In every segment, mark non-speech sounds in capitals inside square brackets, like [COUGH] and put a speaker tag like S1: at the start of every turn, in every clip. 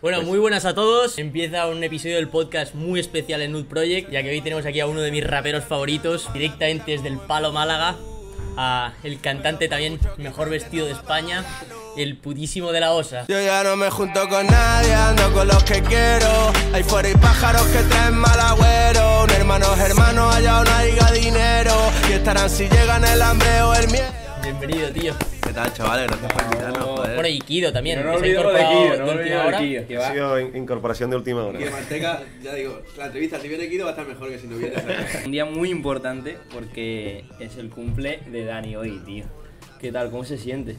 S1: Bueno,
S2: Pues
S1: muy buenas a todos. Empieza un episodio del podcast muy especial en Nude Project, ya que hoy tenemos aquí a uno de mis raperos favoritos, directamente desde el Palo Málaga, a el cantante también mejor vestido de España, el putísimo de la osa.
S3: Yo ya no me junto con nadie, ando con los que quiero. Ahí fuera hay pájaros que traen mal agüero. Un hermano es hermano, allá no haya dinero. Y estarán si llegan el hambre o el miedo.
S1: Bienvenido, tío.
S4: ¿Qué tal, chavales? Gracias por invitarnos, joder.
S1: Bueno, y Kido también.
S2: Eh. Yo
S1: que
S2: no
S1: se ha
S2: olvido lo de
S1: incorporado
S2: Guido, no
S1: de
S2: me
S1: última
S2: olvido lo de
S1: hora.
S2: Guido, que
S5: Ha
S2: va.
S5: sido in- incorporación de última hora.
S4: Y que Manteca, ya digo, la entrevista, si viene Guido va a estar mejor que si no viene. [LAUGHS]
S2: Un día muy importante porque es el cumple de Dani hoy, tío. ¿Qué tal? ¿Cómo se siente?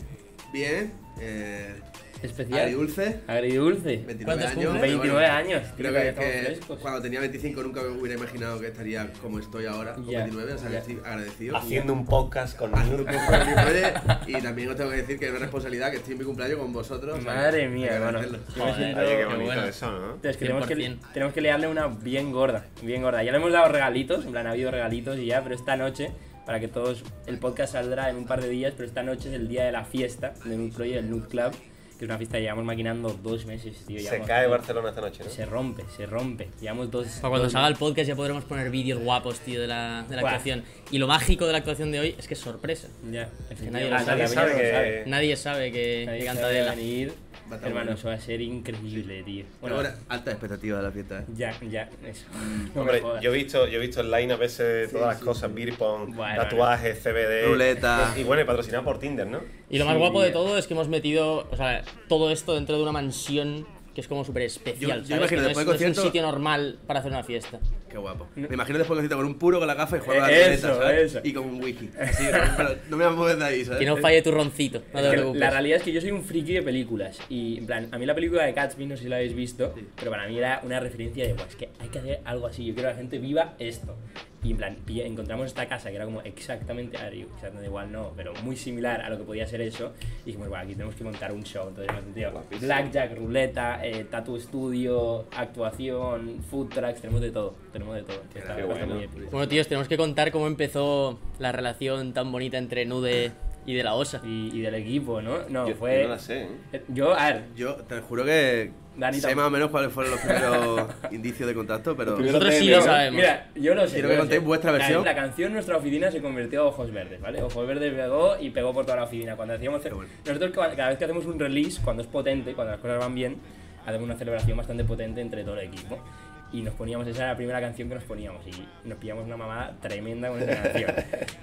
S4: Bien, eh,
S2: Especial.
S4: agridulce,
S2: Agridulce.
S4: 29
S1: ¿Cuántos
S4: años.
S1: cumple?
S4: pero
S2: 29 años.
S4: Creo
S2: Creo que
S4: que,
S2: estamos
S4: que
S2: frescos.
S4: cuando tenía 25 nunca me hubiera imaginado que estaría como estoy ahora, con
S2: Ya,
S4: 29, o sea que
S2: ya.
S4: estoy agradecido.
S5: Haciendo un podcast con
S4: Haciendo un poco de mi madre,
S2: [LAUGHS]
S4: y también os tengo que decir que es una responsabilidad que estoy en mi cumpleaños con vosotros. o sea,
S2: Madre
S4: hay que
S2: mía, hermano.
S4: agradecerlo.
S2: Yo me
S1: Joder,
S2: siento-
S1: oye,
S5: Oye,
S1: qué
S5: qué
S1: bonito
S5: bonito
S1: bueno.
S5: eso, ¿no?
S2: Es que tenemos, que
S1: 100%.
S2: tenemos que liarle una bien gorda, bien gorda. Ya le hemos dado regalitos, en plan, ha habido regalitos y ya, pero esta noche, para que todos, el podcast saldrá en un par de días, pero esta noche es el día de la fiesta de Nude Project, el Nude Club, que es una fiesta que llevamos maquinando dos meses, tío.
S5: Se
S2: llevamos-
S5: cae Barcelona esta noche,
S2: Se
S5: ¿no?
S2: rompe, se rompe. Llevamos dos.
S1: Para cuando
S2: dos-
S1: salga el podcast ya podremos poner vídeos guapos, tío, de la, de la
S2: Guau.
S1: actuación. Y lo mágico de la actuación de hoy es que es sorpresa.
S2: Ya,
S1: nadie lo
S2: Ah,
S1: sabe,
S2: la peña no
S5: sabe
S2: lo
S5: que-
S1: Nadie sabe que,
S2: Nadie
S1: que
S2: sabe
S1: canta de la...
S2: que va a venir.
S4: Va a estar
S2: Hermano,
S4: bueno.
S2: eso va a ser increíble, tío. Bueno,
S4: Ahora, alta expectativa de la fiesta, ¿eh?
S2: ya, ya, eso. [LAUGHS] No me
S5: Hombre,
S2: jodas.
S5: yo he visto, yo he visto en line a veces todas las cosas, beer pong,
S2: Bueno,
S5: tatuajes, CBD,
S4: Ruleta.
S5: Y bueno, y patrocinado por Tinder, ¿no?
S1: Y lo más
S2: Sí,
S1: guapo de
S2: tío.
S1: todo es que hemos metido, o sea, todo esto dentro de una mansión que es como súper
S4: Yo-
S1: especial.
S4: yo
S1: ¿sabes?
S4: imagino,
S1: Que no es-
S4: después del
S1: no es,
S4: concierto- Eh,
S1: un sitio normal para hacer una fiesta.
S4: Qué guapo. Me imagino después que cita con un puro con la gafa y juega a la
S2: Eh, Eso,
S4: ruleta, ¿sabes?
S2: eso.
S4: Y con un wiki. Así, ¿no? Pero no me voy a mover de ahí, ¿sabes?
S1: Que no falle tu roncito, no te
S2: Es que
S1: preocupes.
S2: la realidad es que yo soy un friki de películas y en plan, a mí la película de Gatsby no sé si la habéis visto, pero para mí era una referencia de, "Buah, es que hay que hacer algo así, yo quiero que la gente viva esto. Y en plan, pilla- encontramos esta casa que era como exactamente, a ver, exactamente igual no, pero muy similar a lo que podía ser eso. Y dijimos, bueno, aquí tenemos que montar un show. Entonces hemos metido blackjack, ruleta, eh, tatu estudio, actuación, food trucks, tenemos de todo, tenemos de todo. Está-
S5: Qué
S2: está
S5: bueno.
S2: muy épico.
S1: Bueno, tíos, tenemos que contar cómo empezó la relación tan bonita entre Nude y de la Osa.
S2: Y, y del equipo, ¿no? No,
S5: Yo-
S2: fue...
S5: yo no la sé, ¿eh?
S2: Eh, Yo, a ver,
S4: Yo te juro que
S2: Dani
S4: sé
S2: tampoco.
S4: más o menos cuáles fueron los
S2: [LAUGHS]
S4: primeros indicios de contacto, pero
S1: Nosotros sí lo
S2: Mira,
S1: sabemos.
S2: Mira, yo lo sé.
S4: Quiero
S2: yo
S4: que
S2: lo
S4: contéis
S2: sé.
S4: vuestra
S2: La-
S4: versión.
S2: La, canción Nuestra Oficina se convirtió a Ojos Verdes, ¿vale? Ojos Verdes pegó y pegó por toda la oficina. Cuando hacíamos.
S4: bueno.
S2: Nosotros cua- cada vez que hacemos un release, cuando es potente, cuando las cosas van bien, hacemos una celebración bastante potente entre todo el equipo. Y nos poníamos, esa era la primera canción que nos poníamos. Y nos pillamos una mamada tremenda con esa
S4: [LAUGHS]
S2: canción.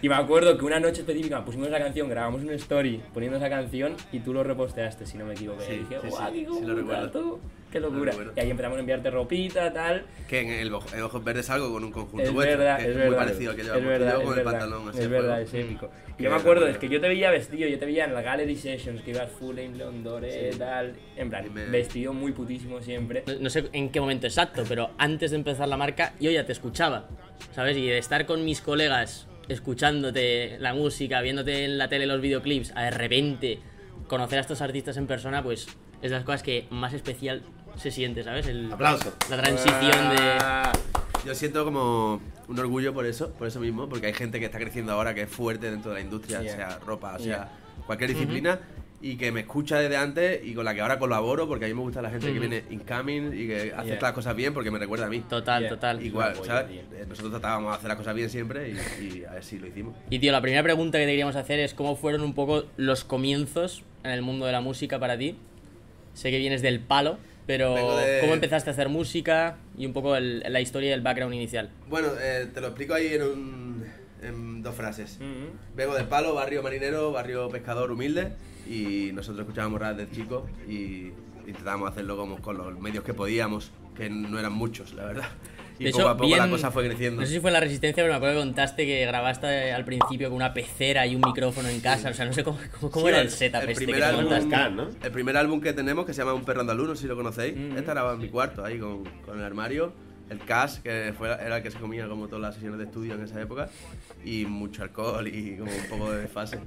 S2: y me acuerdo que una noche específica pusimos la canción, grabamos un story poniendo esa canción y tú lo reposteaste, si no me equivoco.
S4: Sí,
S2: y dije,
S4: sí,
S2: guau,
S4: sí,
S2: qué
S4: sí lo
S2: locura,
S4: recuerdo.
S2: tú, Qué locura.
S4: recuerdo.
S2: Y ahí empezamos a enviarte ropita, tal.
S4: que en el, ojo- en Ojos Verdes algo con un conjunto
S2: Es
S4: vuestro,
S2: verdad,
S4: que
S2: es
S4: es,
S2: verdad.
S4: muy parecido al que
S2: Es
S4: llevamos
S2: verdad,
S4: yo
S2: es
S4: con el
S2: verdad,
S4: pantalón así.
S2: Es
S4: a
S2: verdad,
S4: fuego.
S2: es épico.
S4: Qué
S2: Yo me
S4: bien,
S2: acuerdo,
S4: recuerdo.
S2: es que yo te veía vestido, yo te veía en la Gallery Sessions, que ibas full en Londore, tal. En plan,
S4: Y me-
S2: vestido muy putísimo siempre.
S1: No, no sé en qué momento exacto, pero antes de empezar la marca yo ya te escuchaba, ¿sabes? Y de estar con mis colegas escuchándote la música, viéndote en la tele los videoclips, a de repente conocer a estos artistas en persona, pues es de las cosas que más especial se siente, ¿sabes? El,
S5: Aplauso.
S1: La transición de...
S4: Ah, Yo siento como un orgullo por eso, por eso mismo, porque hay gente que está creciendo ahora que es fuerte dentro de la industria,
S2: Yeah.
S4: sea ropa,
S2: Yeah.
S4: sea cualquier disciplina, y que me escucha desde antes y con la que ahora colaboro, porque a mí me gusta la gente que viene incoming y que hace
S2: Mm. Yeah.
S4: las cosas bien porque me recuerda a mí.
S1: Total,
S2: Yeah.
S1: total.
S4: Igual,
S2: Una
S4: ¿sabes?
S2: polla, tío.
S4: Eh, Nosotros tratábamos de hacer las cosas bien siempre y, y a ver si lo hicimos.
S1: Y tío, la primera pregunta que te queríamos hacer es cómo fueron un poco los comienzos en el mundo de la música para ti. Sé que vienes del palo, pero
S4: Vengo de-
S1: ¿cómo empezaste a hacer música y un poco el- la historia y el background inicial?
S4: Bueno, eh, te lo explico ahí en, un- en dos frases.
S2: Mm,
S4: Vengo del Palo, barrio marinero, barrio pescador humilde y nosotros escuchábamos rap de chicos y intentábamos hacerlo como con los medios que podíamos, que no eran muchos, la verdad. Y
S1: De
S4: poco
S1: hecho,
S4: a poco la
S1: bien-
S4: cosa fue creciendo.
S1: No sé si fue en la resistencia, pero me acuerdo que contaste que grabaste al principio con una pecera y un micrófono en casa. O sea, no sé cómo, cómo- cómo
S4: Sí,
S1: era el
S4: el-
S1: setup
S4: el
S1: este que
S4: primer
S1: te
S4: álbum-
S1: montaste.
S5: Can, ¿no?
S4: El primer álbum que tenemos, que se llama Un perro andaluz, no sé si lo conocéis,
S1: Mm.
S4: esta era en mi cuarto, ahí con, con el armario. El Cash, que fue, era el que se comía como todas las sesiones de estudio en esa época, y mucho alcohol y como un poco de fase.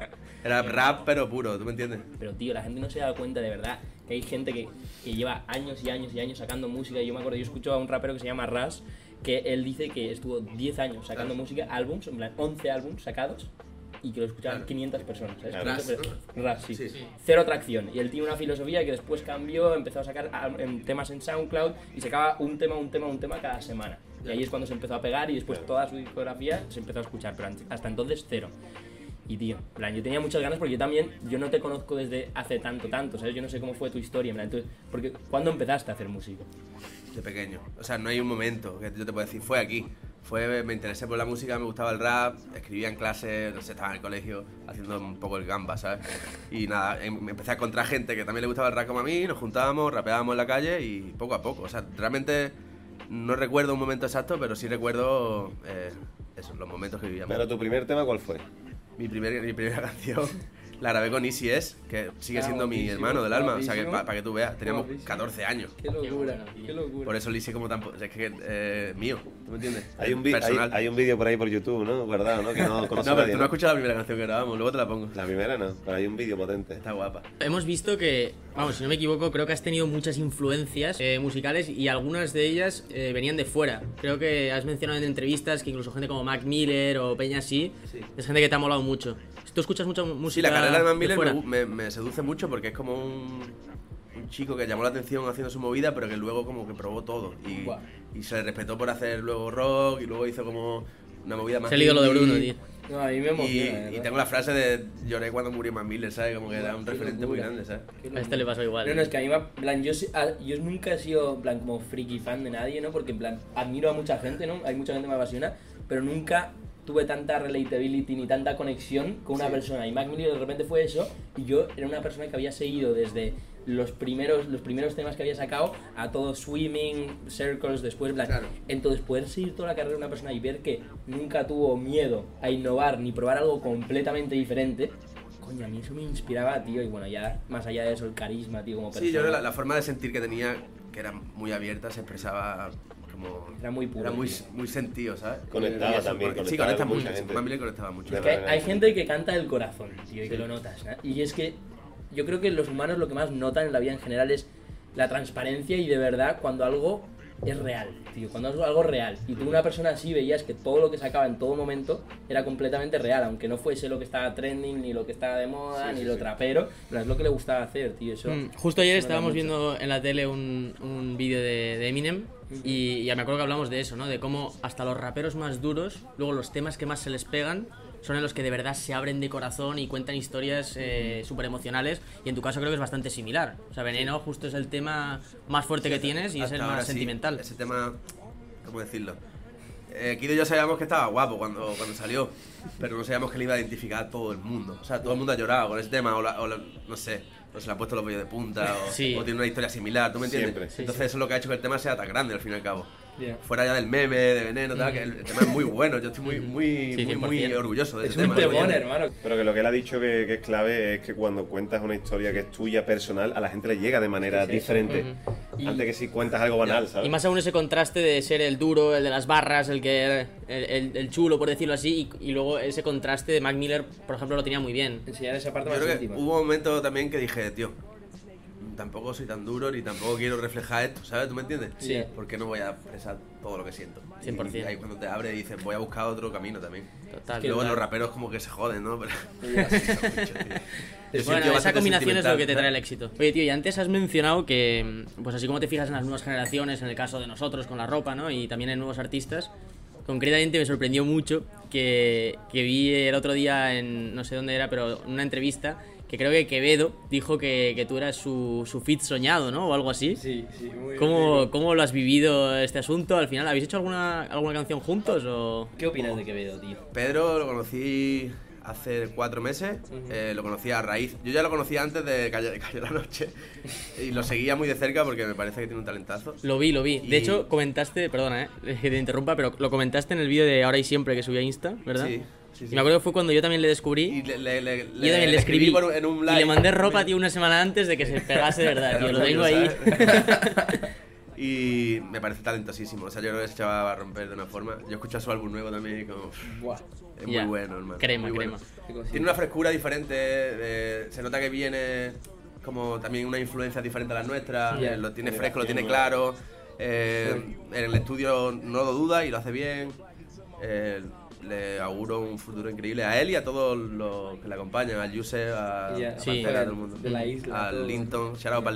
S4: Era rap, pero puro, ¿tú me entiendes?
S2: Pero tío, la gente no se da cuenta de verdad que hay gente que, que lleva años y años y años sacando música. Yo me acuerdo, yo escucho a un rapero que se llama Ras, que él dice que estuvo 10 años sacando música, álbums, en plan 11 álbums sacados. y que lo escuchaban 500 personas. ¿sabes?
S5: Claro.
S2: Ras. Ras, sí.
S4: Sí.
S2: Cero tracción. Y él tiene una filosofía que después cambió, empezó a sacar ah, en temas en SoundCloud y sacaba un tema, un tema, un tema cada semana. Y ahí es cuando se empezó a pegar y después toda su discografía se empezó a escuchar, pero antes- hasta entonces cero. Y tío, en plan, yo tenía muchas ganas porque yo también, yo no te conozco desde hace tanto, tanto, ¿sabes? Yo no sé cómo fue tu historia, en plan, tú- porque ¿cuándo empezaste a hacer música?
S4: de pequeño. O sea, no hay un momento que yo te pueda decir, fue aquí. Fue, me interesé por la música, me gustaba el rap, escribía en clase, no sé, estaba en el colegio haciendo un poco el gamba, ¿sabes? Y nada, em- me empecé a encontrar gente que también le gustaba el rap como a mí, nos juntábamos, rapeábamos en la calle y poco a poco. O sea, realmente no recuerdo un momento exacto, pero sí recuerdo eh, eso, los momentos que vivíamos.
S5: Pero tu primer tema, ¿cuál fue?
S4: Mi, primer, mi primera [LAUGHS] canción la grabé con Easy S, que sigue
S6: Ah,
S4: siendo mi
S6: guapísimo,
S4: hermano del alma, o sea, que
S6: guapísimo.
S4: para que tú veas, teníamos
S6: Guapísimo.
S4: 14 años.
S6: Qué locura, qué locura.
S4: Por eso le hice como tan. po- Es que eh, mío, ¿tú me entiendes?
S5: Hay un, vi- hay,
S4: Eh, Personal.
S5: hay un vídeo por ahí por YouTube, ¿no? Guardado, ¿no? Que
S4: [LAUGHS]
S5: no
S4: No,
S5: conoce
S4: pero
S5: nadie,
S4: tú no has escuchado la primera canción que grabamos, luego te la Pues pongo.
S5: La primera no, pero hay un vídeo potente.
S4: Está guapa.
S1: Hemos visto que, vamos, si no me equivoco, creo que has tenido muchas influencias eh, musicales y algunas de ellas eh, venían de fuera. Creo que has mencionado en entrevistas que incluso gente como Mac Miller o Peña así,
S4: Sí.
S1: es gente que te ha molado mucho. ¿Tú escuchas mucha mu-
S4: Sí,
S1: música
S4: la carrera de Mac Miller me
S1: fuera?
S4: gu- me, me seduce mucho porque es como un, un chico que llamó la atención haciendo su movida, pero que luego como que probó todo. Y,
S6: Guau.
S4: y se le respetó por hacer luego rock y luego hizo como una movida más.
S1: Es el ídolo de
S4: indie.
S1: Bruno, tío.
S6: No, a mí me
S4: Y,
S6: emociona. de
S4: y
S6: verdad.
S4: tengo la frase de lloré cuando murió Mac Miller, ¿sabes? Como que era un
S6: Qué
S4: referente muy
S6: locura.
S4: grande, ¿sabes?
S6: Qué
S1: A este le
S6: locura.
S1: pasó igual.
S2: No, no, es que a mí, me ha- en plan, yo, sí- a- yo nunca he sido, en plan, como friki fan de nadie, ¿no? Porque, en plan, admiro a mucha gente, ¿no? Hay mucha gente que me apasiona, pero nunca tuve tanta relatability ni tanta conexión con una persona. Y Mac Miller de repente fue eso, y yo era una persona que había seguido desde los primeros, los primeros temas que había sacado a todo Swimming, Circles, después, en plan,
S4: Claro.
S2: entonces, poder seguir toda la carrera de una persona y ver que nunca tuvo miedo a innovar ni probar algo completamente diferente, coño, a mí eso me inspiraba, tío. Y bueno, ya más allá de eso, el carisma, tío, como persona.
S4: Sí, yo creo la, la forma de sentir que tenía, que era muy abierta, se expresaba como.
S2: Era muy puro,
S4: Era muy,
S2: tío.
S4: muy sentido, ¿sabes?
S5: Conectaba
S4: Y eso,
S5: también,
S4: porque- Sí,
S5: conectaba
S4: conecta
S5: con
S4: mucho.
S5: mucha gente.
S4: Mac Miller conectaba mucho.
S5: De
S2: Que hay,
S5: verdad.
S2: hay gente que canta del corazón, tío, y que lo notas. ¿eh? Y es que yo creo que los humanos lo que más notan en la vida en general es la transparencia y de verdad cuando algo es real, tío, cuando algo, algo es real. Y tú una persona así veías que todo lo que sacaba en todo momento era completamente real, aunque no fuese lo que estaba trending, ni lo que estaba de moda, ni lo trapero, pero es lo que le gustaba hacer, tío, eso.
S1: Mm, Justo ayer
S2: eso me da
S1: estábamos
S2: mucho.
S1: viendo en la tele un, un vídeo de, de Eminem y ya me acuerdo que hablamos de eso, ¿no? De cómo hasta los raperos más duros, luego los temas que más se les pegan son en los que de verdad se abren de corazón y cuentan historias súper emocionales y en tu caso creo que es bastante similar. O sea, Veneno justo es el tema más fuerte que tienes y es
S4: Hasta
S1: el
S4: ahora
S1: más
S4: sí,
S1: sentimental.
S4: ese tema, ¿cómo decirlo? Eh, Kido y yo sabíamos que estaba guapo cuando, cuando salió, pero no sabíamos que le iba a identificar a todo el mundo. O sea, todo el mundo ha llorado con ese tema, o, la- o la- no sé, o se le han puesto los vellos de punta,
S1: [LAUGHS]
S4: o,
S1: Sí.
S4: o tiene una historia similar, ¿tú me entiendes?
S5: Siempre. Sí,
S4: Entonces eso es lo que ha hecho que el tema sea tan grande al fin y al cabo.
S6: Yeah.
S4: Fuera ya del meme, de veneno, tal, que el, el tema es muy bueno, yo estoy muy, muy,
S1: Sí,
S4: muy, muy
S1: 100%.
S4: orgulloso de
S6: Es
S4: ese
S6: un
S4: este tema. ¿tú me
S6: temón,
S4: entiendes?
S6: hermano.
S5: Pero que lo que él ha dicho que, que es clave es que cuando cuentas una historia que es tuya, personal, a la gente le llega de manera diferente. Antes que si cuentas algo banal, ¿sabes?
S1: Y más aún ese contraste de ser el duro, el de las barras, el que el, el- el chulo, por decirlo así, y, y luego ese contraste de Mac Miller, por ejemplo, lo tenía muy bien.
S6: Enseñar esa parte
S4: Yo
S6: más
S4: creo que
S6: íntima.
S4: hubo un momento también que dije, tío, tampoco soy tan duro ni tampoco quiero reflejar esto, ¿sabes? ¿Tú me entiendes?
S6: Sí.
S4: ¿Por qué no voy a expresar todo lo que siento?
S1: 100%.
S4: Y ahí cuando te abre dices, voy a buscar otro camino también.
S1: Total.
S4: Luego
S1: Total.
S4: los raperos como que se joden, ¿no? [LAUGHS] Pero... Yo soy un tío
S1: Bueno, esa
S4: bastante
S1: combinación es lo que te
S4: sentimental.
S1: trae el éxito. Oye, tío, y antes has mencionado que, mm, pues así como te fijas en las nuevas generaciones, en el caso de nosotros con la ropa, ¿no? Y también en nuevos artistas, concretamente me sorprendió mucho que, que vi el otro día en, no sé dónde era, pero en una entrevista, que creo que Quevedo dijo que, que tú eras su, su fit soñado, ¿no? O algo así.
S6: Sí, sí, muy bien.
S1: ¿Cómo, ¿Cómo lo has vivido este asunto? Al final, ¿habéis hecho alguna, alguna canción juntos o...?
S2: ¿Qué opinas de Quevedo, tío?
S4: Pedro lo conocí hace cuatro meses, eh, lo conocí a raíz. Yo ya lo conocía antes de [LAUGHS] Calle, Calle la Noche y lo seguía muy de cerca porque me parece que tiene un talentazo.
S1: Lo vi, lo vi. De
S4: Y-
S1: hecho, comentaste, perdona, eh, [LAUGHS] que te interrumpa, pero lo comentaste en el vídeo de Ahora y Siempre que subí a Insta, ¿verdad?
S4: Sí, sí, sí.
S1: Me acuerdo que fue cuando yo también le descubrí.
S4: Y le, le- le-
S1: yo también le, escribí,
S4: por un- en un live.
S1: y le mandé ropa, tío, una semana antes de que se pegase de verdad,
S4: [LAUGHS]
S1: tío. Lo tengo ahí.
S4: y me parece talentosísimo. O sea, yo creo que ese chaval va a romper de una forma. Yo escucho su álbum nuevo también y como. pff,
S6: Buah,
S4: Es muy
S1: Ya.
S4: bueno, hermano.
S1: Crema,
S4: muy
S1: crema.
S6: qué cosita.
S4: Tiene una frescura diferente. eh, se nota que viene como también una influencia diferente a la nuestra.
S6: Sí.
S4: eh, lo tiene fresco, lo tiene claro. eh, en el estudio no lo duda y lo hace bien. eh, le auguro un futuro increíble a él y a todos los que le acompañan, al Yusef, a,
S2: Y a-
S4: a
S1: Sí.
S4: Pantera, a todo el mundo.
S2: De la isla,
S4: Al
S2: todo.
S4: Linton, shout out para el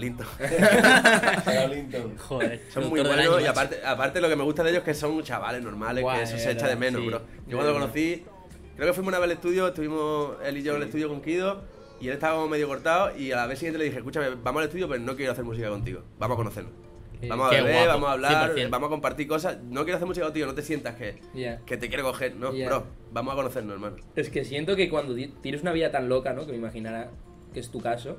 S4: Linton.
S1: Joder,
S4: Son muy
S1: productor del
S4: buenos
S1: año,
S4: y
S1: macho.
S4: aparte, aparte lo que me gusta de ellos es que son chavales normales,
S2: Guay,
S4: que eso se
S2: ¿verdad?
S4: echa de menos,
S1: Sí.
S4: bro. Yo cuando lo conocí, creo que fuimos una vez al estudio, estuvimos él y yo en el estudio con Kido y él estaba como medio cortado y a la vez siguiente le dije, escúchame, vamos al estudio, pero no quiero hacer música contigo, vamos a conocernos. Vamos a
S1: Qué
S4: beber,
S1: guapo,
S4: vamos a hablar,
S1: 100%.
S4: vamos a compartir cosas. No quiero hacer música contigo, no te sientas que,
S2: Ya.
S4: que te quiero coger, no,
S2: Ya.
S4: bro, vamos a conocernos, hermano.
S2: Es que siento que cuando ti- tienes una vida tan loca, ¿no? Que me imaginara que es tu caso.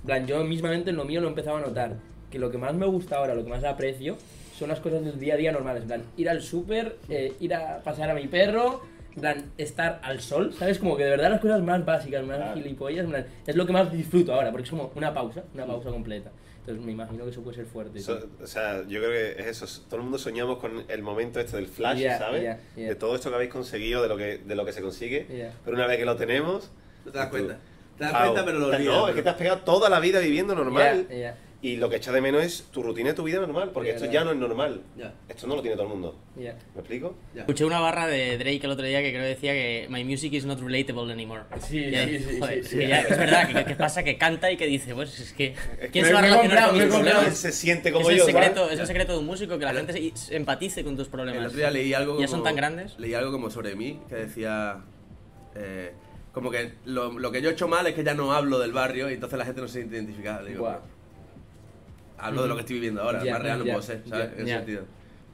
S2: en plan, yo mismamente en lo mío lo he empezado a notar. Que lo que más me gusta ahora, lo que más aprecio, son las cosas del día a día normales. En plan, ir al súper, eh, ir a pasear a mi perro, en plan, estar al sol, ¿sabes? Como que de verdad las cosas más básicas, más gilipollas, en plan, es lo que más disfruto ahora, porque es como una pausa, una pausa completa. Entonces me imagino que eso puede ser fuerte.
S5: So- o sea, yo creo que es eso. Todo el mundo soñamos con el momento este del flash,
S2: Yeah,
S5: ¿sabes?
S2: yeah, yeah.
S5: De todo esto que habéis conseguido, de lo que, de lo que se consigue.
S2: Yeah.
S5: Pero una vez que lo tenemos.
S4: No te das
S5: tú-
S4: cuenta. Te das
S5: Pau,
S4: cuenta, pero lo
S5: te-
S4: olvidas.
S5: No, es que te has pegado toda la vida viviendo normal.
S2: Ya, ya,
S5: Y lo que echas de menos es tu rutina de tu vida normal, porque
S2: Yeah,
S5: esto
S2: yeah.
S5: ya no es normal.
S4: Ya.
S5: Esto no lo tiene todo el mundo.
S2: ya.
S5: ¿Me explico?
S1: Escuché una barra de Drake el otro día que creo que decía que My music is not relatable anymore.
S2: Sí,
S1: Y ya
S2: sí,
S1: dices,
S2: sí,
S1: "Joder,
S2: sí,
S1: es que ya- es verdad, que, que pasa que canta y que dice, pues es que.
S5: que
S1: ¿Quién
S5: me-
S1: se va a
S5: me he
S1: relacionar
S2: comprado,
S1: con mis
S2: me he comprado
S1: problemas?
S5: Él se siente
S1: Es
S5: como
S1: el
S5: yo.
S1: secreto,
S5: ¿sabes?
S1: es el secreto de un músico, que la gente se- se empatice con tus problemas.
S4: El otro día leí algo como,
S1: Ya son tan grandes.
S4: Leí algo como sobre mí, que decía... eh, como que lo, lo que yo he hecho mal es que ya no hablo del barrio y entonces la gente no se siente identificada. Le digo,
S2: Guau.
S4: Hablo de lo que estoy viviendo ahora,
S2: Ya,
S4: más real no
S2: ya,
S4: puedo ser, ¿sabes?
S2: ya,
S4: en ese
S1: ya.
S4: sentido.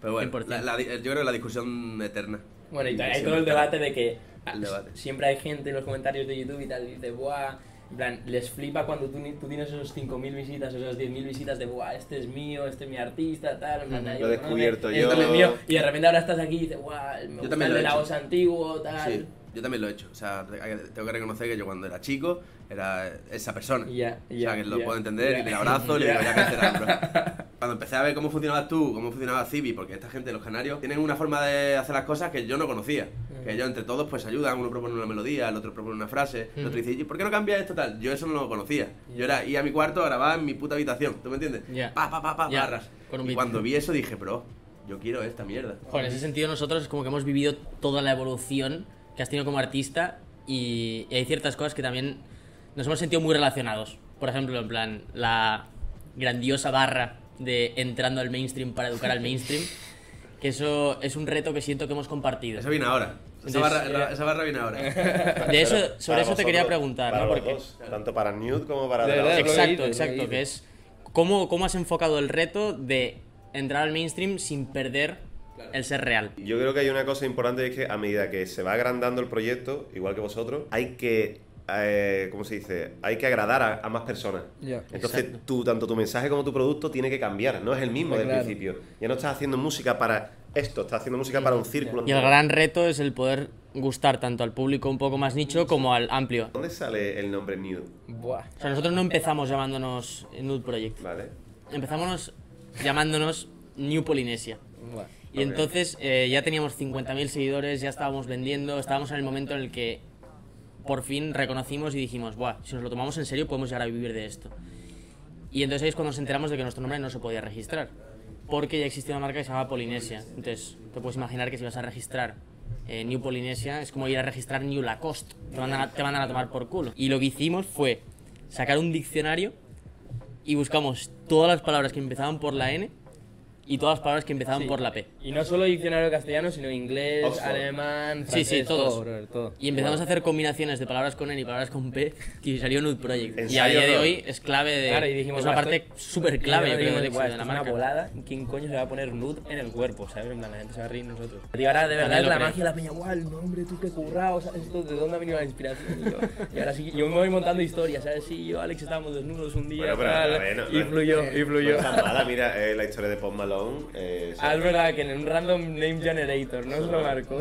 S4: Pero bueno,
S1: 100%.
S4: la- la di- yo creo que la discusión eterna.
S2: Bueno, y
S4: Siempre
S2: hay todo el
S4: está.
S2: debate de que ah,
S4: El debate.
S2: siempre hay gente en los comentarios de YouTube y tal, dice, buah, en plan, les flipa cuando tú, ni- tú tienes esos 5.000 visitas, esas 10.000 visitas de, buah, este es mío, este es mi artista, tal, en plan,
S1: Ujú.
S2: nadie
S5: Lo he
S2: me conoce,
S5: descubierto
S2: este
S5: yo.
S2: es mío, y de repente ahora estás aquí y dices, buah, me gusta
S4: también
S2: el
S4: lo
S2: de
S4: he
S2: la
S4: hecho.
S2: voz antiguo, tal.
S4: Sí, yo también lo he hecho. O sea, tengo que reconocer que yo cuando era chico era esa persona.
S2: Ya,
S4: o
S2: ya,
S4: sea, que lo
S2: ya,
S4: puedo entender y
S2: ya.
S4: le abrazo y
S1: [LAUGHS]
S4: le
S2: Ya.
S4: digo, ya crecerás, bro. Cuando empecé a ver cómo funcionabas tú, cómo funcionaba Civi, porque esta gente, los canarios, tienen una forma de hacer las cosas que yo no conocía.
S1: Mm.
S4: Que ellos entre todos pues ayudan, uno propone una melodía, el otro propone una frase, el
S1: Mm.
S4: otro dice, "¿Y ¿por qué no cambia esto tal? Yo eso no lo conocía. Yo era ir a mi cuarto a grabar en mi puta habitación, ¿tú me entiendes?
S1: Ya.
S4: Pa, pa, pa, pa,
S1: Ya,
S4: barras.
S1: con un
S4: y
S1: beat.
S4: cuando vi eso dije, bro, yo quiero esta mierda.
S1: Joder, en ese sentido nosotros es como que hemos vivido toda la evolución que has tenido como artista y, y hay ciertas cosas que también nos hemos sentido muy relacionados. Por ejemplo, en plan, la grandiosa barra de entrando al mainstream para educar al
S5: [LAUGHS]
S1: mainstream, que eso es un reto que siento que hemos compartido.
S4: Eso viene ahora. Esa,
S1: Entonces,
S4: barra, la- esa barra viene
S1: [LAUGHS]
S4: ahora.
S1: De eso,
S5: Pero
S1: sobre
S5: [LAUGHS] para
S1: eso te quería
S5: vosotros,
S1: preguntar,
S5: para
S1: ¿no?
S5: los
S1: Porque,
S5: dos, tanto para Nude como para
S2: De
S5: The
S2: verdad,
S5: Lost.
S2: lo que
S1: exacto,
S2: dices, lo
S1: exacto,
S2: que
S1: que es cómo, cómo has enfocado el reto de entrar al mainstream sin perder el ser real.
S5: Yo creo que hay una cosa importante y es que a medida que se va agrandando el proyecto, igual que vosotros, hay que, eh, ¿cómo se dice? Hay que agradar a, a más personas.
S2: Ya.
S5: Entonces,
S1: Exacto.
S5: tú, tanto tu mensaje como tu producto tiene que cambiar, no es el mismo del
S2: Claro.
S5: principio. Ya no estás haciendo música para esto, estás haciendo música para un círculo.
S1: Y el gran reto es el poder gustar tanto al público un poco más nicho como al amplio.
S5: ¿Dónde sale el nombre Nude?
S2: Buah.
S1: O sea, nosotros no empezamos llamándonos Nude Project.
S5: ¿Vale?
S1: Empezamos llamándonos New Polinesia.
S2: buah.
S1: Y entonces eh, ya teníamos 50.000 seguidores, ya estábamos vendiendo, estábamos en el momento en el que por fin reconocimos y dijimos, Buah, si nos lo tomamos en serio podemos llegar a vivir de esto. Y entonces ahí es cuando nos enteramos de que nuestro nombre no se podía registrar, porque ya existía una marca que se llamaba Polinesia. Entonces te puedes imaginar que si vas a registrar eh, New Polinesia es como ir a registrar New Lacoste, te mandan, a, te mandan a tomar por culo. Y lo que hicimos fue sacar un diccionario y buscamos todas las palabras que empezaban por la N y todas las palabras que empezaban
S2: Sí.
S1: por la P.
S2: Y no solo diccionario castellano, sino inglés,
S5: Oxford.
S2: alemán,
S1: Sí,
S2: francés,
S1: sí, todos.
S2: todo, brother, todo.
S1: Y empezamos a hacer combinaciones de palabras con N y palabras con P y salió Nude Project. Y a
S5: Ensayo
S1: día de
S5: error.
S1: hoy es clave de.
S2: Claro, y dijimos,
S1: es una
S2: "Buah,
S1: parte
S2: esto-
S1: súper
S2: Y
S1: clave, yo
S2: ahora
S1: creo,
S2: dijimos,
S1: del éxito
S2: "Guau,
S1: de
S2: esto
S1: la
S2: es una
S1: marca.
S2: volada, ¿quién coño se va a poner nude en el cuerpo? ¿Sabes? En plan, la gente se va a reír de nosotros. Y ahora de verdad
S1: También
S2: es
S1: lo
S2: la
S1: creo.
S2: magia de la peña, guau, el nombre, tú qué currado, ¿sabes? Esto, ¿De dónde ha venido la inspiración? Y, yo- y ahora sí, yo me voy montando historias, ¿sabes? Sí, yo, Alex, estábamos desnudos un día,
S5: Bueno, pero,
S2: tal,
S5: a ver, no- eh,
S2: y
S5: no-
S2: fluyó, y
S5: No
S2: fluyó.
S5: está mala, mira, eh, la historia de Post Malone. eh,
S2: [LAUGHS] Ah, es verdad que en un random name generator, no se lo marcó.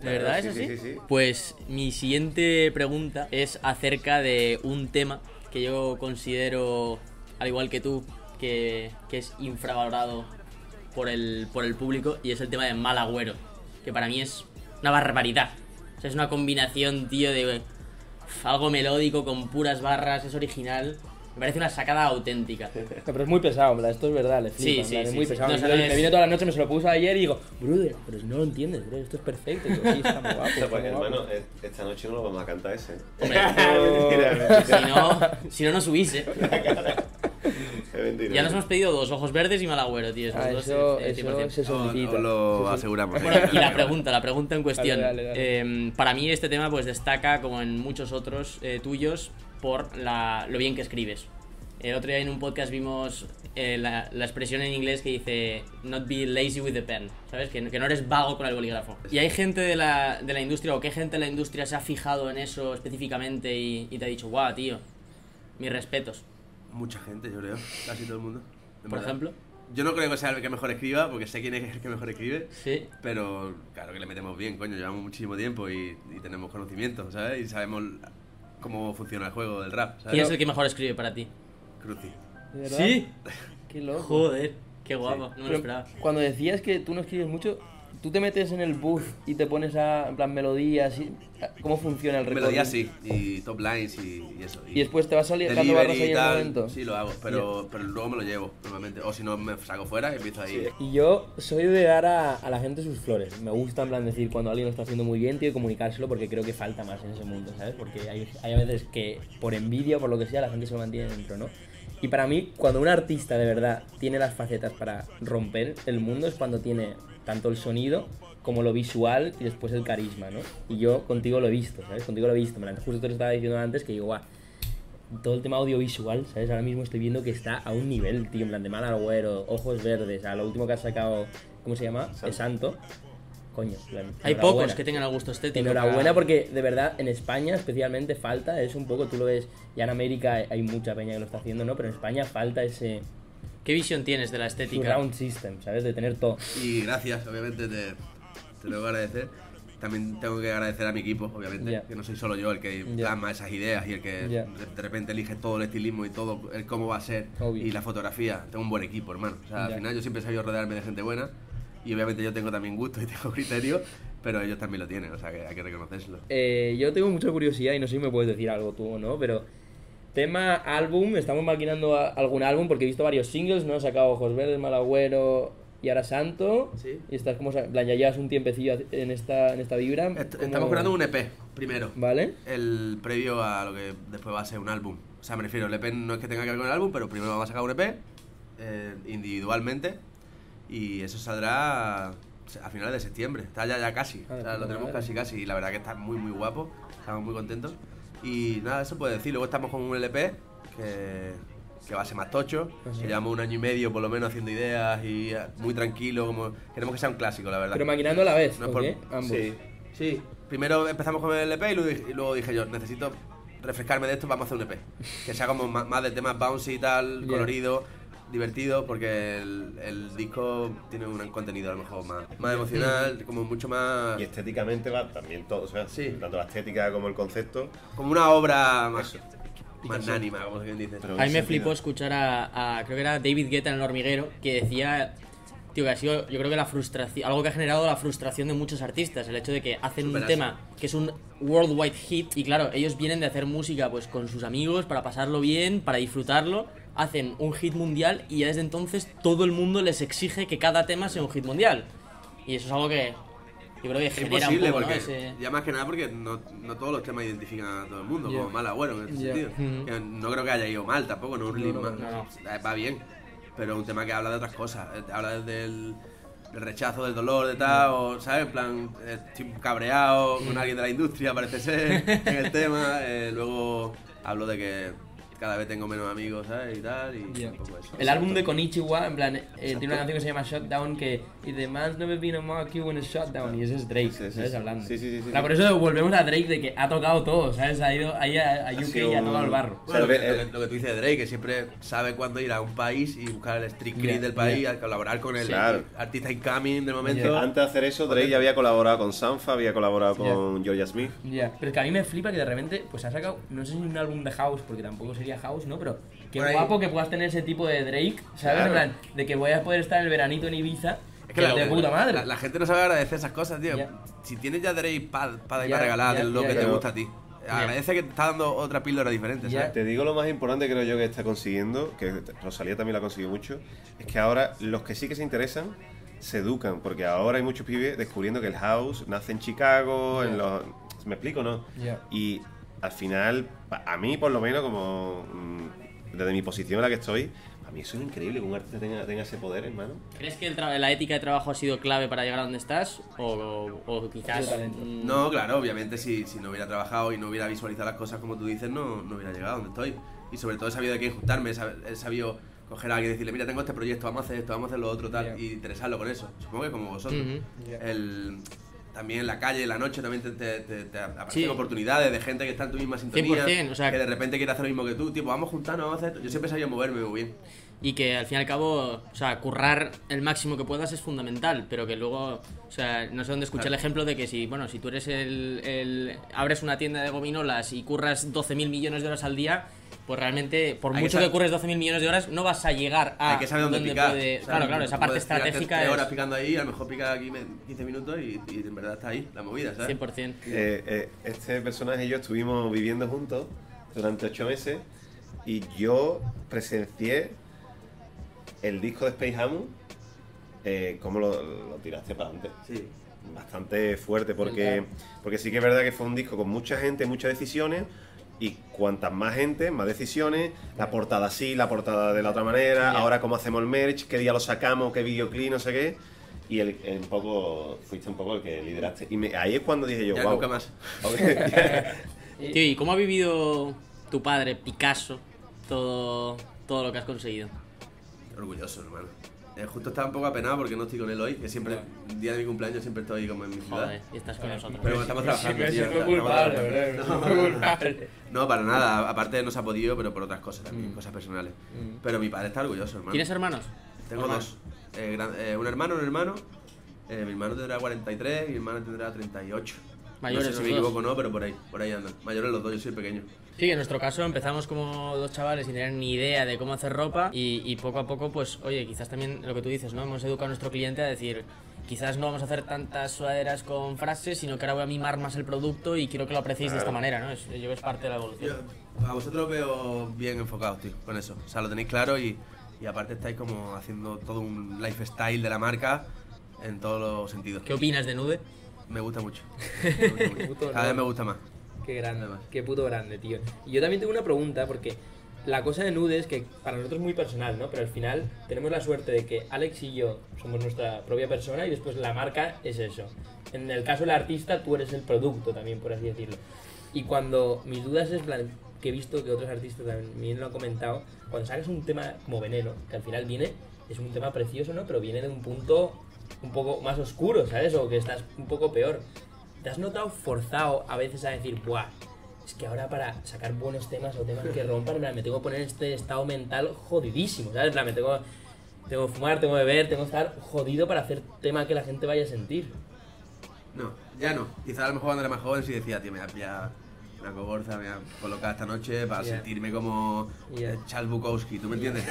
S1: ¿De verdad
S5: Sí,
S1: es
S5: sí,
S1: así?
S5: sí, sí.
S1: Pues mi siguiente pregunta es acerca de un tema que yo considero, al igual que tú, que, que es infravalorado por el, por el público y es el tema de mal agüero, que para mí es una barbaridad. O sea, es una combinación, tío, de eh, algo melódico con puras barras, es original Me parece una sacada auténtica.
S2: No, pero es muy pesado, en plan, esto es verdad, le flipa,
S1: Sí,
S2: en
S1: sí,
S2: plan, es
S1: sí,
S2: muy
S1: sí.
S2: pesado.
S1: No
S2: Y yo
S1: sabes-
S2: Me vine toda la noche, me se lo puse ayer y digo, [LAUGHS] brother, pero si no lo entiendes, brother, esto es perfecto. Y digo, sí,
S5: [LAUGHS]
S2: está muy guapo.
S5: O sea,
S2: está
S5: pues,
S2: muy guapo".
S5: hermano, eh, esta noche no lo vamos a
S2: [LAUGHS]
S5: cantar ese.
S1: Hombre.
S5: es
S1: Si
S5: mentira.
S1: no, si no, no subís, eh.
S5: Es mentira.
S1: Ya nos hemos pedido dos ojos verdes y malagüero, tío. esos
S2: Ah,
S1: dos,
S2: eso,
S1: eh,
S2: eso
S1: 100%.
S2: se
S4: Os-
S2: solicita.
S4: os lo
S2: Se solicita.
S4: aseguramos.
S1: Bueno,
S2: [LAUGHS]
S1: y la pregunta, la pregunta en cuestión.
S2: Dale, dale, dale.
S1: Eh, para mí este tema pues destaca, como en muchos otros eh, tuyos, por la- lo bien que escribes. El otro día en un podcast vimos eh, la, la expresión en inglés que dice not be lazy with the pen, ¿sabes? Que, no- que no eres vago con el bolígrafo. ¿Y hay gente de la, de la industria o qué gente de la industria se ha fijado en eso específicamente y, y te ha dicho, guau, tío, mis respetos,
S4: Mucha gente, yo creo. Casi todo el mundo. en
S1: por
S4: verdad.
S1: ejemplo?
S4: Yo no creo que sea el que mejor escriba, porque sé quién es el que mejor escribe.
S1: Sí.
S4: Pero claro que le metemos bien, coño. Llevamos muchísimo tiempo y, y tenemos conocimiento, ¿sabes? Y sabemos cómo funciona el juego del rap,
S1: ¿Quién es
S4: ¿sabes?
S1: el que mejor escribe para ti?
S4: Cruci.
S2: ¿De verdad?
S1: Sí.
S2: Qué loco.
S1: Joder, qué guapo, no me lo
S2: Pero
S1: esperaba.
S2: Cuando decías que tú no escribes mucho, tú te metes en el booth y te pones a, en plan, melodías y... ¿Cómo funciona el recording?
S4: Melodía sí, y top lines y, y eso.
S2: Y después te vas saliendo
S4: delivery
S2: barras ahí
S4: y
S2: en el
S4: tal,
S2: momento.
S4: Sí, lo hago, pero, pero luego me lo llevo normalmente. O si no, me saco fuera y empiezo ahí.
S2: Y yo soy de dar a, a la gente sus flores. Me gusta, en plan, decir cuando alguien lo está haciendo muy bien, tío, y comunicárselo porque creo que falta más en ese mundo, ¿sabes? Porque hay, hay veces que por envidia o por lo que sea, la gente se lo mantiene dentro, ¿no? Y para mí, cuando un artista de verdad tiene las facetas para romper el mundo, es cuando tiene tanto el sonido como lo visual y después el carisma, ¿no? Y yo contigo lo he visto, ¿sabes? Contigo lo he visto. en plan, Justo te lo estaba diciendo antes que digo, guau, todo el tema audiovisual, ¿sabes? Ahora mismo estoy viendo que está a un nivel, tío, en plan de mal agüero, ojos verdes, a lo último que ha sacado, ¿cómo se llama?
S5: Santo.
S2: Eh, Santo. Coño, en plan,
S1: Hay
S2: enhorabuena.
S1: pocos que tengan el gusto estético.
S2: Enhorabuena
S1: para-
S2: porque de verdad en España especialmente falta, es un poco, tú lo ves, ya en América hay mucha peña que lo está haciendo, ¿no? Pero en España falta ese
S1: ¿Qué visión tienes de la estética?
S2: round system, ¿sabes? De tener todo.
S4: Y gracias, obviamente, te, te lo voy a agradecer. También tengo que agradecer a mi equipo, obviamente,
S2: Ya.
S4: que no soy solo yo el que
S2: Ya.
S4: plasma esas ideas y el que
S2: Ya.
S4: de- de repente elige todo el estilismo y todo el cómo va a ser
S2: Obvio.
S4: y la fotografía. Tengo un buen equipo, hermano. O sea,
S2: Ya.
S4: al final yo siempre he sabido rodearme de gente buena y obviamente yo tengo también gusto y [LAUGHS] tengo criterio, pero ellos también lo tienen, o sea que hay que reconocerlo.
S2: Eh, yo tengo mucha curiosidad y no sé si me puedes decir algo tú o no, pero tema álbum, estamos maquinando a- algún álbum porque he visto varios singles, ¿no? He sacado Ojos Verdes, Malagüero y ahora Santo.
S4: Sí.
S2: Y estás como, sa- en plan, ya llevas un tiempecillo haci- en esta, en esta vibra.
S4: Est-
S2: ¿Cómo-
S4: Estamos creando un EP primero.
S2: ¿Vale?
S4: el previo a lo que después va a ser un álbum. O sea, me refiero, el EP no es que tenga que ver con el álbum, pero primero vamos a sacar un EP eh, individualmente y eso saldrá a finales de septiembre. Está ya, ya casi.
S2: Ah,
S4: O sea,
S2: puta
S4: lo tenemos
S2: madre.
S4: casi casi y la verdad que está muy muy guapo. Estamos muy contentos. Y nada, eso puede decir. Luego estamos con un LP que, que va a ser más tocho.
S2: Pues
S4: Que llevamos un año y medio por lo menos haciendo ideas y eh, muy tranquilo. Como... Queremos que sea un clásico, la verdad.
S2: Pero maquinando a la vez,
S4: No
S2: ¿ok?
S4: es por-
S2: Ambos.
S5: Sí.
S4: Sí, primero empezamos con el LP y luego, dije- y luego dije yo, necesito refrescarme de esto, vamos a hacer un EP. Que sea como ma- más, de temas bouncy y tal,
S2: Ya.
S4: colorido, divertido, porque el, el disco tiene un contenido a lo mejor más, más emocional, como mucho más...
S5: Y estéticamente va también todo, o sea,
S4: Sí.
S5: tanto la estética como el concepto.
S4: Como una obra más
S5: Eso.
S4: magnánima, como bien dices.
S5: Pero-
S1: A mí me
S5: sentido.
S1: flipó escuchar a, a- creo que era David Guetta en El Hormiguero, que decía, tío, que ha sido, yo creo que la frustración, algo que ha generado la frustración de muchos artistas, el hecho de que hacen un
S4: Superazo.
S1: tema que es un worldwide hit, y claro, ellos vienen de hacer música pues con sus amigos, para pasarlo bien, para disfrutarlo, hacen un hit mundial, y ya desde entonces todo el mundo les exige que cada tema sea un hit mundial. Y eso es algo que yo creo que
S4: es
S1: genera
S4: imposible,
S1: un poco, ¿no?
S4: porque,
S1: Ese-
S4: ya más que nada porque no, no todos los temas identifican a todo el mundo,
S2: Ya.
S4: como mal agüero en ese
S2: Ya.
S4: sentido.
S1: Ujú.
S4: Que no creo que haya ido mal tampoco, no es un
S2: No,
S4: lead
S2: no,
S4: mal.
S1: no, no.
S4: Eh, Va bien, pero es un tema que habla de otras cosas. eh, Habla del, del rechazo, del dolor, de tal, o, ¿sabes? En plan, eh, estoy cabreado con alguien de la industria, parece ser, en el tema. eh, luego hablo de que cada vez tengo menos amigos, ¿sabes? Y tal, y
S2: Ya.
S4: un poco eso.
S2: El álbum de Konichiwa, en plan, eh, tiene una canción que se llama Shutdown que If the man's never been a mock you in a shutdown y ese es Drake,
S5: Sí, sí,
S2: ¿sabes?
S5: sí.
S2: Hablando.
S5: Sí, sí, sí, sí.
S2: Claro, por eso volvemos a Drake de que ha tocado todo, ¿sabes? Ha ido ahí a, a UK
S5: sido
S2: y ha
S5: un-
S2: tocado el barro.
S5: O sea,
S4: Bueno,
S5: el-
S4: lo, que,
S5: el-
S4: lo que tú dices de Drake, que siempre sabe cuándo ir a un país y buscar el street cred
S2: Yeah,
S4: del país, al colaborar con el
S5: Claro.
S4: artista incoming del momento.
S5: eh, Antes de hacer eso, Drake ya había colaborado con Sanfa, había colaborado
S2: Ya.
S5: con Georgia Smith.
S2: Ya, pero es que a mí me flipa que de repente, pues ha sacado, no sé si un álbum de house, porque tampoco sería house, ¿no? Pero qué
S4: Por ahí.
S2: guapo que puedas tener ese tipo de Drake, ¿sabes?
S5: Claro.
S2: En plan, de que voy a poder estar el veranito en Ibiza,
S4: Es
S2: que
S4: la-
S2: de
S4: la-
S2: puta madre.
S4: La, la gente no sabe agradecer esas cosas, tío.
S2: Ya.
S4: Si tienes ya Drake para
S2: Ya,
S4: ir para regalar
S2: ya,
S4: de lo
S2: ya,
S4: que
S5: ya.
S4: te gusta a ti. Agradece que te está dando otra píldora diferente,
S2: Ya.
S4: ¿sabes?
S5: Te digo lo más importante creo yo que está consiguiendo, que Rosalía también la consiguió mucho, es que ahora los que sí que se interesan se educan, porque ahora hay muchos pibes descubriendo que el house nace en Chicago, en los... ¿Me explico, no?
S2: Ya.
S5: Y al final, pa- a mí por lo menos, como mm, desde mi posición en la que estoy, a mí eso es increíble que un artista tenga, tenga ese poder, hermano.
S1: ¿Crees que el tra- la ética de trabajo ha sido clave para llegar a donde estás? ¿O, o- o quizás.?
S2: Sí, talento.
S1: mm,
S4: No, claro, obviamente si, si no hubiera trabajado y no hubiera visualizado las cosas como tú dices, no, no hubiera llegado a donde estoy. Y sobre todo he sabido de quién juntarme, he sab- he sabido coger a alguien y decirle, mira, tengo este proyecto, vamos a hacer esto, vamos a hacer lo otro, tal,
S2: Ya.
S4: y interesarlo con eso. Supongo que como vosotros.
S1: Ujú.
S2: Ya.
S4: El, también en la calle, en la noche, también te, te- te- te aparecen
S1: Sí.
S4: oportunidades de gente que está en tu misma sintonía,
S1: 100%, o sea-
S4: que de repente quiere hacer lo mismo que tú, tipo, vamos a juntarnos, vamos a hacer esto. Yo siempre he sabido moverme muy bien.
S1: Y que al fin y al cabo, o sea, currar el máximo que puedas es fundamental, pero que luego, o sea, no sé dónde escuché el ejemplo de que si, bueno, si tú eres el, el- abres una tienda de gominolas y curras 12.000 millones de horas al día, pues realmente, por
S4: Hay que
S1: mucho que,
S4: sa-
S1: curres 12.000 millones de horas, no vas a llegar a
S4: Hay que saber dónde
S1: donde
S4: picar.
S1: puede-
S4: o sea,
S1: claro, claro,
S4: tú
S1: esa parte
S4: puedes tirarte
S1: estratégica
S4: tres
S1: es
S4: horas picando ahí, a lo mejor pica aquí 15 minutos y, y en verdad está ahí la movida, ¿sabes?
S1: 100%.
S5: Eh, eh, este personaje y yo estuvimos viviendo juntos durante ocho meses y yo presencié el disco de Space Hamu, eh, cómo lo, lo tiraste para adelante.
S4: Sí.
S5: Bastante fuerte, porque, porque sí que es verdad que fue un disco con mucha gente, muchas decisiones. Y cuantas más gente, más decisiones. La portada así, la portada de la otra
S1: Ya.
S5: manera. Ahora, cómo hacemos el merch, qué día lo sacamos, qué videoclip, no sé qué. Y el, el un poco, fuiste un poco el que lideraste. Y me- ahí es cuando dije yo,
S4: Ya
S5: wow.
S4: nunca más.
S1: Tío, ¿y cómo ha vivido tu padre, Picasso, todo, todo lo que has conseguido?
S4: Orgulloso, hermano. Eh, justo estaba un poco apenado porque no estoy con él hoy, que siempre, el día de mi cumpleaños, siempre estoy como en mi ciudad.
S1: Joder, y estás con nosotros.
S4: Pero estamos trabajando.
S7: Siempre
S4: tío,
S7: siempre
S4: estamos
S7: culpable,
S4: trabajando.
S7: bro. siempre culpable.
S4: No, para nada. Aparte no se ha podido, pero por otras cosas también, cosas personales. Pero mi padre está orgulloso, hermano.
S1: Mm. ¿Tienes hermanos?
S4: Tengo dos. Eh, gran- eh, un hermano, un hermano. Eh, mi hermano tendrá 43 y mi hermana tendrá 38.
S1: Mayores
S4: no
S1: los
S4: sé si me
S1: dos.
S4: equivoco o no, pero por ahí, por ahí andan. Mayores los dos, yo soy pequeño.
S1: Sí, en nuestro caso empezamos como dos chavales sin tener ni idea de cómo hacer ropa y, y poco a poco, pues, oye, quizás también lo que tú dices, ¿no? Hemos educado a nuestro cliente a decir, quizás no vamos a hacer tantas sudaderas con frases, sino que ahora voy a mimar más el producto y quiero que lo apreciéis de esta manera, ¿no? Es, yo creo que es parte de la
S4: Yo,
S1: evolución.
S4: a vosotros veo bien enfocados, tío, con eso. O sea, lo tenéis claro y, y aparte estáis como haciendo todo un lifestyle de la marca en todos los sentidos.
S1: ¿Qué opinas de Nude?
S4: Me gusta
S1: [LAUGHS]
S4: mucho. Me gusta mucho.
S2: Puto
S4: Cada vez
S2: no.
S4: me gusta más.
S2: Qué grande,
S4: Además.
S2: qué puto grande, tío. Y yo también tengo una pregunta, porque la cosa de nudes, que para nosotros es muy personal, ¿no? Pero al final tenemos la suerte de que Alex y yo somos nuestra propia persona y después la marca es eso. En el caso del artista, tú eres el producto también, por así decirlo. Y cuando mis dudas es, en plan, que he visto que otros artistas también lo han comentado, cuando sacas un tema como veneno, que al final viene, es un tema precioso, ¿no? Pero viene de un punto un poco más oscuro, ¿sabes? O que estás un poco peor. ¿Te has notado forzado a veces a decir, buah, es que ahora para sacar buenos temas o temas que rompan, en plan, me tengo que poner en este estado mental jodidísimo, ¿sabes? En plan, me tengo, tengo que fumar, tengo que beber, tengo que estar jodido para hacer tema que la gente vaya a sentir.
S4: No, ya no. Quizás a lo mejor cuando era más joven sí decía, tío, me voy a pillar una coborza, me voy a colocar esta noche para
S2: Ya.
S4: sentirme como
S2: Ya.
S4: eh, Charles Bukowski, ¿tú me entiendes?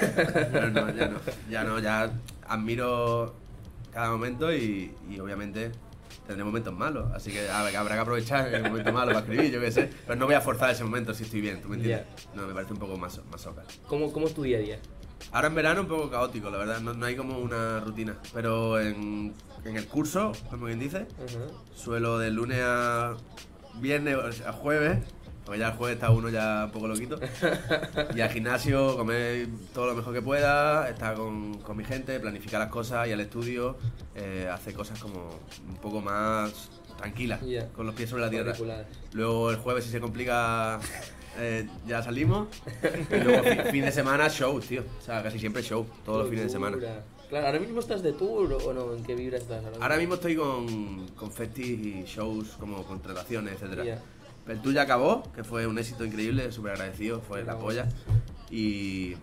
S2: [LAUGHS]
S4: Pero no, ya no. Ya no, ya admiro cada momento y, y obviamente tendré momentos malos. Así que a- habrá que aprovechar el momento malo para escribir, yo qué sé. Pero no voy a forzar ese momento si estoy bien, ¿tú me entiendes? No, me parece un poco más, más
S2: ¿Cómo, ¿Cómo es tu día a día?
S4: Ahora en verano un poco caótico, la verdad, no, no hay como una rutina. Pero en, en el curso, como bien dice, suelo de lunes a viernes, o sea, a jueves, porque ya el jueves está uno ya un
S2: [LAUGHS]
S4: poco loquito. Y al gimnasio, comer todo lo mejor que pueda, estar con, con mi gente, planificar las cosas, y al estudio, eh, hacer cosas como un poco más tranquilas,
S2: Ya.
S4: con los pies sobre la tierra.
S2: Particulares.
S4: Luego el jueves, si
S2: [LAUGHS]
S4: se complica, eh, ya salimos. Y luego fin, fin de semana, show, tío. O sea, casi siempre show, todos los fines de semana.
S2: Claro, ¿ahora mismo estás de tour o no? ¿En qué vibra estás
S4: Ahora mismo estoy con, con festis y shows como contrataciones, etcétera.
S2: Ya.
S4: El tuyo acabó, que fue un éxito increíble, súper agradecido, fue la polla. Y,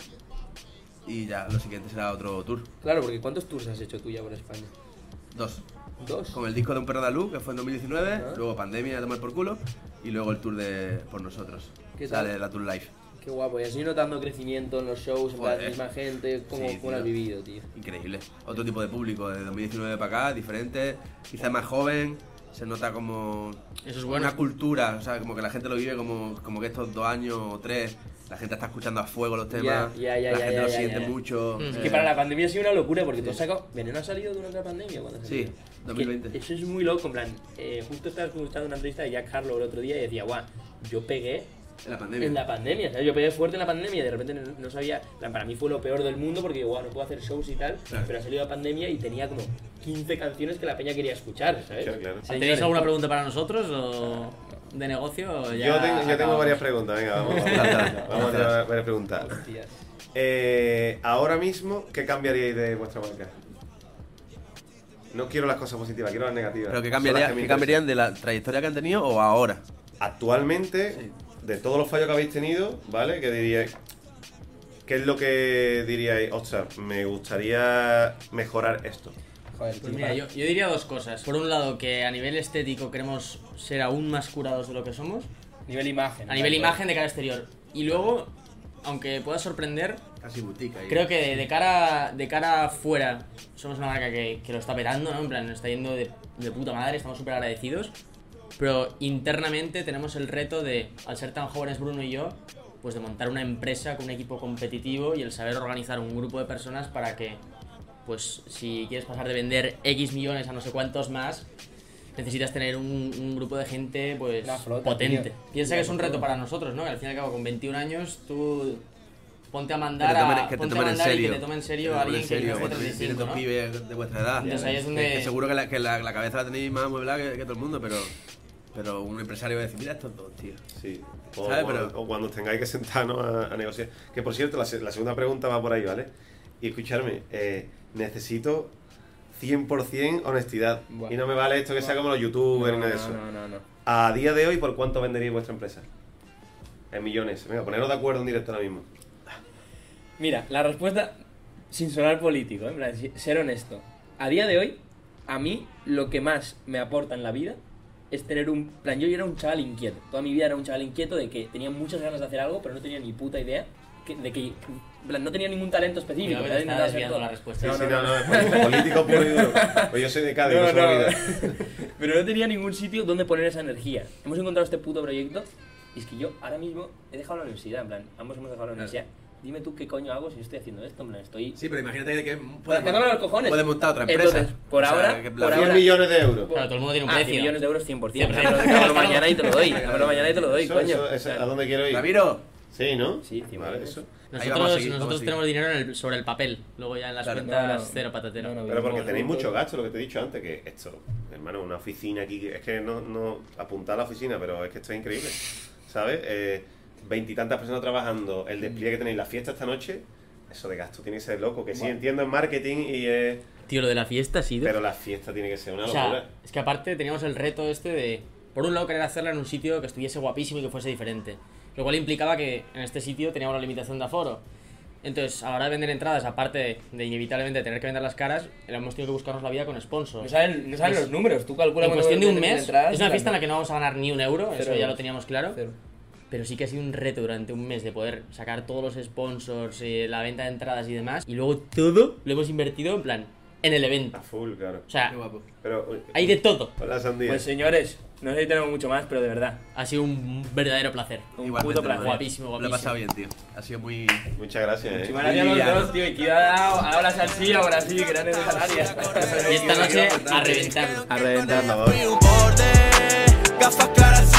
S4: y ya, lo siguiente será otro tour.
S2: Claro, porque ¿cuántos tours has hecho tú ya por España?
S4: Dos.
S2: ¿Dos?
S4: Con el disco de Un Perro de Luz, que fue en 2019,
S2: Ajá.
S4: luego Pandemia, a tomar por culo, y luego el tour de Por Nosotros.
S2: ¿Qué
S4: O sea,
S2: tal?
S4: de la Tour Live.
S2: Qué guapo, y has ido notando crecimiento en los shows, en plan, la
S4: Joder.
S2: misma gente, cómo,
S4: Sí,
S2: cómo lo has
S4: tío.
S2: vivido, tío.
S4: Increíble. Otro tipo de público, de 2019 para acá, diferente, quizás más joven, se nota como
S1: Eso es bueno.
S4: una cultura, o sea, como que la gente lo vive como, como que estos dos años o tres, la gente está escuchando a fuego los temas,
S2: ya, ya,
S4: la
S2: ya,
S4: gente
S2: ya,
S4: lo
S2: ya,
S4: siente
S2: ya.
S4: mucho.
S1: Mm.
S2: Es
S4: eh,
S2: que para la pandemia ha sido una locura porque todo sacó. Veneno ha salido durante la pandemia. cuando ha
S4: Sí,
S2: salido?
S4: 2020.
S7: Que Eso es muy loco, en plan, eh, justo estaba escuchando una entrevista de Jack Harlow el otro día y decía, guau, yo pegué
S4: en la pandemia.
S7: en la pandemia, ¿sabes? Yo pegué fuerte en la pandemia y de repente no, no sabía, en plan, para mí fue lo peor del mundo porque, guau, no puedo hacer shows y tal,
S4: Claro.
S7: pero ha salido la pandemia y tenía como 15 canciones que la peña quería escuchar, ¿sabes?
S5: Claro, claro.
S1: ¿Tenéis alguna pregunta para nosotros o de negocio? o ya
S5: Yo tengo, yo tengo
S1: acabamos?
S5: varias preguntas, venga, vamos, vamos,
S4: Lanza,
S5: vamos a hacer varias preguntas.
S2: Hostias.
S5: Eh, ahora mismo, ¿qué cambiaríais de vuestra marca? No quiero las cosas positivas, quiero las negativas.
S4: Pero que,
S5: Son las
S4: cambiaría-
S5: me
S4: que cambiarían de la trayectoria que han tenido o ahora.
S5: interesan. Actualmente, de todos los fallos que habéis tenido, ¿vale? ¿Qué diríais? ¿Qué es lo que diríais? Ostras, me gustaría mejorar esto.
S2: Joder,
S1: Pues
S2: tío,
S1: mira,
S2: para-
S1: yo, yo diría dos cosas. Por un lado, que a nivel estético queremos ser aún más curados de lo que somos.
S2: Nivel imagen.
S1: A nivel
S2: claro.
S1: imagen de cara exterior. Y luego, aunque pueda sorprender,
S4: Casi boutique ahí.
S1: creo que de, de cara de cara afuera somos una marca que, que lo está petando, ¿no? En plan, nos está yendo de, de puta madre, estamos súper agradecidos. Pero internamente tenemos el reto de, al ser tan jóvenes Bruno y yo, pues de montar una empresa con un equipo competitivo y el saber organizar un grupo de personas para que, pues si quieres pasar de vender X millones a no sé cuántos más, necesitas tener un, un grupo de gente pues
S2: Una flota,
S1: potente.
S2: tío.
S1: Piensa
S2: Una
S1: que es un
S2: flota.
S1: reto para nosotros, ¿no? Que al fin y al cabo con 21 años tú ponte a mandar
S4: que te tomen,
S1: a-
S4: que te
S1: ponte a
S4: tomen en
S1: mandar y
S4: serio.
S1: que te tome en serio
S4: Que te
S1: a
S4: tomen
S1: alguien
S4: en
S1: que
S4: serio,
S1: tiene
S4: cuando tienes
S1: 35,
S4: dos
S1: ¿no?
S4: pibes de vuestra edad.
S1: Entonces ahí es donde-
S4: Que- que seguro que, la, que la- la cabeza la tenéis más mueblada que, que todo el mundo, pero, pero un empresario va a decir, mira estos dos, tío.
S5: Sí. O,
S4: ¿Sabes?
S5: o-
S4: Pero-
S5: o cuando tengáis que sentarnos a, a negociar. Que por cierto, la, se- la segunda pregunta va por ahí, ¿vale? Y escucharme, eh, necesito 100% honestidad.
S2: Buah.
S5: Y no me vale esto que sea como los
S2: No,
S5: youtubers ni
S2: no,
S5: nada de eso.
S2: no, no, no.
S5: A día de hoy, ¿por cuánto venderíais vuestra empresa? En millones. Venga, poneros de acuerdo en directo ahora mismo.
S2: Mira, la respuesta, sin sonar político, ¿eh? en plan, si- ser honesto. A día de hoy, a mí lo que más me aporta en la vida es tener un plan. Yo era un chaval inquieto. Toda mi vida era un chaval inquieto de que tenía muchas ganas de hacer algo, pero no tenía ni puta idea que- de que. en plan, no tenía ningún talento específico.
S1: Mira, que
S2: ¿sabes?
S1: te está
S2: Intentaba hacer
S1: desviando
S2: todo.
S1: la respuesta.
S5: Sí, sí,
S2: no,
S5: no, no, es político puro y duro. Pues yo soy de Cádiz, no, se me
S2: No, no.
S5: olvida.
S2: Pero no tenía ningún sitio donde poner esa energía. Hemos encontrado este puto proyecto y es que yo ahora mismo he dejado la universidad, en plan, ambos hemos dejado la universidad. Dime tú qué coño hago si estoy haciendo esto, en plan, estoy...
S4: Sí, pero imagínate que
S2: Pero tengo los cojones.
S4: puede montar otra empresa.
S2: Entonces, por ahora-
S4: que la-
S2: por ahora-
S5: 100 millones de euros.
S1: Claro, todo el mundo tiene un
S2: Ah, 100
S1: precio.
S2: millones de euros 100%.
S1: Siempre.
S2: Dámelo, dámelo mañana y te lo doy.
S4: [LAUGHS]
S2: Dámelo mañana y te lo doy,
S5: Eso,
S2: coño.
S5: eso, eso, ¿A dónde quiero ir?
S4: Ramiro,
S5: Sí, ¿no?
S2: Sí, cien
S5: Vale,
S2: millones.
S5: eso.
S4: Ahí vamos a
S1: Nosotros,
S4: seguir, vamos a
S1: nosotros
S4: seguir.
S1: tenemos dinero en el- sobre el papel, luego ya en las
S4: Claro.
S1: cuentas
S2: No, no.
S1: cero patatero.
S2: No, no,
S5: Pero porque
S2: Bueno,
S5: tenéis
S2: punto.
S5: mucho gasto, lo que te he dicho antes, que esto, hermano, una oficina aquí, es que no, no apuntar a la oficina, pero es que esto es increíble, ¿sabes? Eh, Veintitantas personas trabajando, el despliegue que tenéis, la fiesta esta noche, eso de gasto tiene que ser loco, que sí entiendo en marketing y eh,
S1: Tío, lo de la fiesta ha sido...
S5: Pero la fiesta tiene que ser una
S1: O
S5: locura.
S1: sea, es que aparte teníamos el reto este de, por un lado, querer hacerla en un sitio que estuviese guapísimo y que fuese diferente. Lo cual implicaba que en este sitio teníamos la limitación de aforo. Entonces, a la hora de vender entradas, aparte de inevitablemente tener que vender las caras, hemos tenido que buscarnos la vida con sponsors.
S2: No saben, no saben los números, tú calculas...
S1: en
S2: cuánto
S1: cuestión de un
S2: venden
S1: mes,
S2: entradas,
S1: es una
S2: plan,
S1: fiesta en la que no vamos a ganar ni un euro, eso
S2: Cero
S1: ya lo
S2: euros.
S1: teníamos claro.
S2: Cero.
S1: Pero sí que ha sido un reto durante un mes de poder sacar todos los sponsors, eh, la venta de entradas y demás. Y luego todo lo hemos invertido en plan, en el evento.
S5: A full, claro.
S1: O sea,
S4: qué guapo.
S5: Pero, uy,
S1: hay de todo.
S5: Hola, Sandía.
S2: Pues señores, no sé si tenemos mucho más, pero de verdad,
S1: Ha sido un verdadero placer.
S2: un
S4: Igualmente,
S2: puto placer.
S4: hermano.
S1: Guapísimo,
S4: Lo he
S1: guapísimo.
S4: pasado bien, tío. Ha sido muy...
S5: Muchas gracias. eh.
S2: Muchísimas gracias a los
S4: Liviano.
S2: dos, tío, y que ha dado, ha dado la salsilla ahora sí, que era necesaria.
S1: Y esta noche a reventarlo.
S5: A reventar, por favor.
S3: Fui un borde, gafas claras